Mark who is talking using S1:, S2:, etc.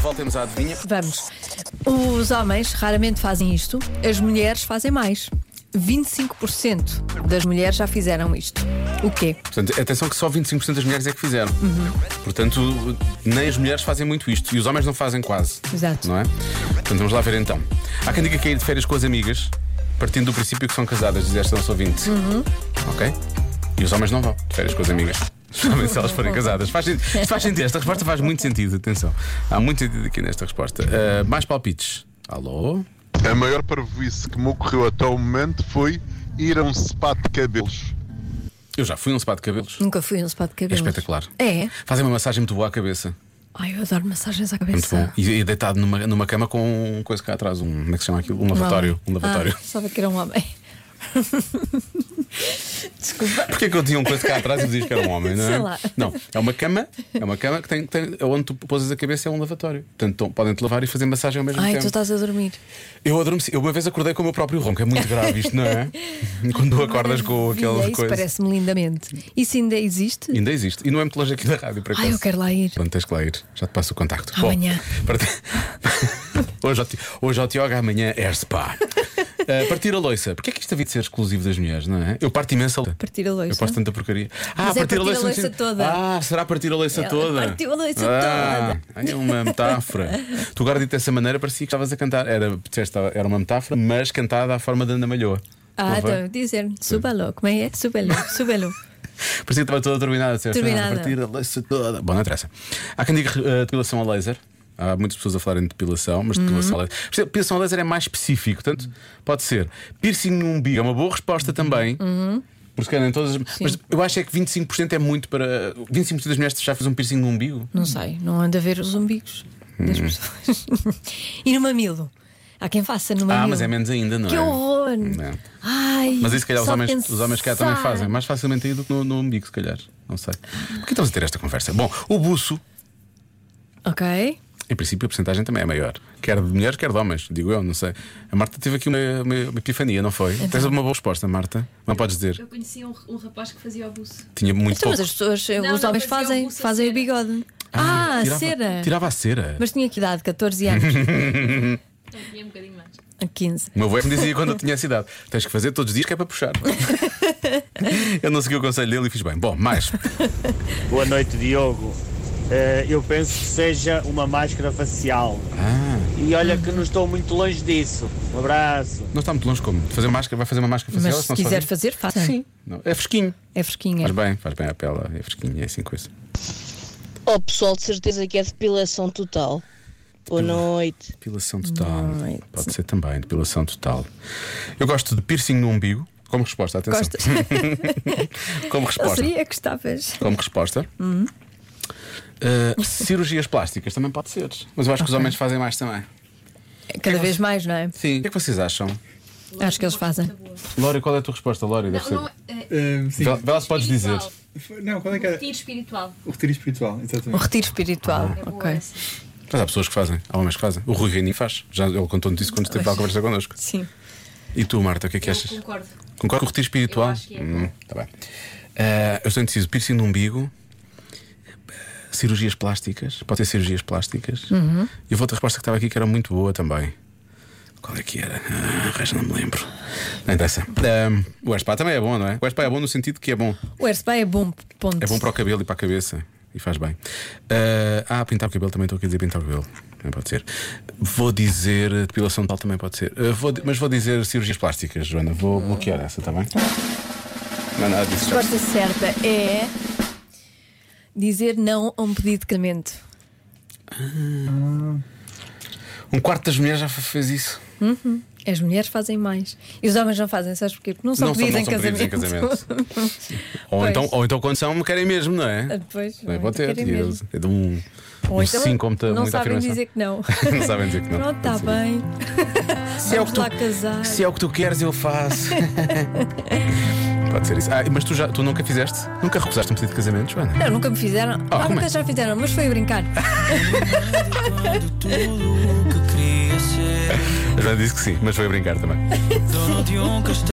S1: Voltemos à adivinha.
S2: Vamos. Os homens raramente fazem isto, as mulheres fazem mais. 25% das mulheres já fizeram isto. O quê?
S1: Portanto, atenção que só 25% das mulheres é que fizeram.
S2: Uhum.
S1: Portanto, nem as mulheres fazem muito isto e os homens não fazem quase.
S2: Exato.
S1: Não é? Portanto, vamos lá ver então. Há quem diga que é ir de férias com as amigas, partindo do princípio que são casadas, diz esta nossa ouvinte.
S2: Uhum.
S1: Ok? E os homens não vão de férias com as amigas. Especialmente se elas forem casadas. Faz, sen- isto faz sentido, esta resposta faz muito sentido, atenção. Há muito sentido aqui nesta resposta. Ah, mais palpites. Alô?
S3: A maior parvoíce que me ocorreu até o momento foi ir a um spa de cabelos.
S1: Eu já fui a um spa de cabelos.
S2: Nunca fui a um spa de
S1: É
S2: cabelo.
S1: espetacular.
S2: É?
S1: Fazem uma massagem muito boa à cabeça.
S2: Ai, eu adoro massagens à
S1: Muito bom.
S2: cabeça.
S1: E, e deitado numa, numa cama com um coisa cá atrás, um. Como é que se chama aquilo? Um lavatório. Um lavatório.
S2: Ah, sabe que era um homem. Desculpa.
S1: Porquê que eu tinha um coisa cá atrás e dizias que era um homem, não é?
S2: Sei lá.
S1: Não, é uma cama, é uma cama que tem, tem onde tu pousas a cabeça é um lavatório. Portanto, tão- podem-te lavar e fazer massagem ao mesmo
S2: Ai, tu tá-
S1: tempo.
S2: estás a dormir.
S1: Eu adormeci, eu uma vez acordei com o meu próprio ronco, é muito grave isto, não é? Quando acordas com
S2: Maravilha,
S1: aquela
S2: Isso
S1: coisa.
S2: parece-me lindamente. Isso ainda existe?
S1: Ainda existe. E não é muito longe aqui da rádio, para
S2: Ai, eu quero lá ir.
S1: Pronto, tens que lá ir. Já te passo o contacto.
S2: Amanhã.
S1: Bom, part- hoje, ao ti- hoje ao Tioga, amanhã é spa. Uh, partir a loiça. Porquê é que isto havia de ser exclusivo das mulheres, não é? Eu parto imensa loiça.
S2: Partir a loiça.
S1: Eu posto tanta porcaria. Ah,
S2: Mas é partir a
S1: no
S2: loiça
S1: sentido-
S2: toda.
S1: Ah, será partir a loiça
S2: Ela
S1: toda?
S2: partiu a loiça
S1: ah, É uma metáfora. tu agora dito dessa maneira parecia que estavas a cantar. Era, disseste, era uma metáfora, mas cantada à forma da Ana Malhoa.
S2: Ah,
S1: Não foi?
S2: então, dizer, súbalo, como é? Súbelo, súbelo.
S1: Parecia que estava toda turbinada, disseste,
S2: Turbinada.
S1: "Ah, partir a laser toda. Bom, não interessa. Há quem diga eh, depilação a laser. Há muitas pessoas a falarem de depilação, mas depilação
S2: Uhum.
S1: a laser. Por exemplo, Depilação a laser é mais específico, portanto, pode ser. Piercing no umbigo é uma boa resposta também.
S2: Uhum.
S1: Porque se calhar em todas. as- Mas eu acho é que 25% é muito para. 25% das mulheres já fez um piercing no umbigo?
S2: Não sei, não anda a ver os umbigos das
S1: Uhum.
S2: pessoas. e no mamilo? Há quem faça no mamilo.
S1: Ah, mas é menos ainda, não
S2: Que
S1: é?
S2: horror!
S1: Não.
S2: Ai,
S1: Mas isso, se calhar, os
S2: só
S1: homens, os homens cá também
S2: pensar.
S1: fazem. Mais facilmente aí do que no, no umbigo, se calhar. Não sei. Por que estamos a ter esta conversa? Bom, o buço
S2: Ok.
S1: Em princípio, a porcentagem também é maior. Quer de mulheres, quer de homens, digo eu, não sei. A Marta teve aqui uma, uma- uma epifania, não
S2: Então.
S1: foi? Tens uma boa resposta, Marta? Não podes dizer.
S4: Eu conhecia um, um rapaz que fazia obuço.
S1: Tinha muito
S2: Então, mas
S1: pouco.
S2: as pessoas,
S4: Não,
S2: os
S4: não,
S2: homens
S4: mas é o
S2: fazem,
S4: buço, a
S2: fazem o
S4: cera.
S2: bigode. Ah,
S1: tirava,
S2: cera!
S1: Tirava a cera.
S2: Mas tinha que idade, 14 anos,
S4: Então tinha um bocadinho mais.
S2: 15.
S1: O meu avô é me dizia quando eu tinha essa idade: tens que fazer todos os dias que é para puxar. eu não segui o conselho dele e fiz bem. Bom, mais.
S5: Boa noite, Diogo. Eh, eu penso que seja uma máscara facial. E olha que não estou muito longe disso. Um abraço.
S1: Não está muito longe como? Fazer uma máscara, vai fazer uma máscara facial?
S2: Mas se
S1: não se
S2: quiser
S1: faz-
S2: fazer, faça.
S1: Sim. Não, é fresquinho.
S2: É fresquinha.
S1: Faz bem, faz bem à pele, é fresquinho, é assim coisa.
S6: Oh pessoal, de certeza que é depilação total. Boa noite.
S1: Depilação total.
S2: Right.
S1: Pode ser também, depilação total. Eu gosto de piercing no umbigo, como resposta, atenção.
S2: Gostas?
S1: Como
S2: Eu
S1: resposta.
S2: seria é que gostavas.
S1: Como resposta. Uh, cirurgias plásticas também pode ser. Mas eu acho que os homens fazem mais também.
S2: Cada vez mais, não é?
S1: Sim. O que é que vocês acham?
S2: Acho que eles fazem.
S1: Lória, qual é a tua resposta, Lória? Deve
S4: Não,
S1: ser.
S4: não, é,
S7: Ahm, sim.
S1: Vê lá- vê lá se podes dizer.
S4: espiritual.
S7: Não, qual é que era?
S4: Retiro espiritual.
S7: O retiro espiritual,
S2: Um
S7: exatamente.
S2: retiro espiritual.
S4: É Boa,
S2: ok.
S4: essa.
S1: Mas há pessoas que fazem, há homens que fazem. O Rui Reininho faz. Já ele contou-nos isso quando esteve a conversar connosco.
S2: Sim.
S1: E tu, Marta, o que é que
S4: Eu
S1: achas?
S4: concordo.
S1: Concordo com o retiro espiritual?
S4: Eu acho que é.
S1: Hum, tá bem. Ah, eu estou indeciso. Piercing no umbigo, ah, cirurgias plásticas, pode ter cirurgias plásticas. E houve outra resposta que estava aqui que era muito boa também. Qual é que era? Ah, resto não me lembro. Não interessa. Ah, o Airspá também é bom, não é? O Airspá é bom no sentido que é bom.
S2: O Airspa é bom, ponto.
S1: É bom para o cabelo e para a cabeça. E faz bem. Ah, ah, pintar o cabelo também estou aqui a dizer pintar o cabelo. Também pode ser. Vou dizer depilação tal também pode ser. Ah, vou di- mas vou dizer cirurgias plásticas, Joana. Vou bloquear essa, está bem? Não é nada disso. já.
S2: resposta certa é dizer não a um pedido de casamento.
S1: Um quarto das mulheres já fa- fez isso.
S2: As mulheres fazem mais. E os homens não fazem, sabes porquê? Porque não são
S1: Não são-
S2: pedidos
S1: não
S2: em
S1: são pedidos em
S2: casamento.
S1: Ou
S2: Pois.
S1: então, ou então quando são, querem mesmo, não é?
S2: Depois,
S1: Não é? Pode ter.
S2: então querem mesmo.
S1: É de um,
S2: Ou
S1: um
S2: então
S1: sim com muita,
S2: não
S1: muita
S2: sabem
S1: afirmação.
S2: dizer que não.
S1: não sabem dizer que não.
S2: Pronto, está bem.
S1: Se é, o que tu,
S2: lá casar.
S1: se é o que tu queres, eu faço. Pode ser isso. Ah, mas tu, já, tu nunca fizeste? Nunca recusaste um pedido de casamento, Joana?
S2: Não, nunca me fizeram.
S1: Ah,
S2: Ah,
S1: como
S2: nunca
S1: é?
S2: já fizeram, mas foi a brincar.
S8: Tudo o que queria ser,
S1: A Joana disse que sim, mas foi a brincar também.
S8: dono de um castelo.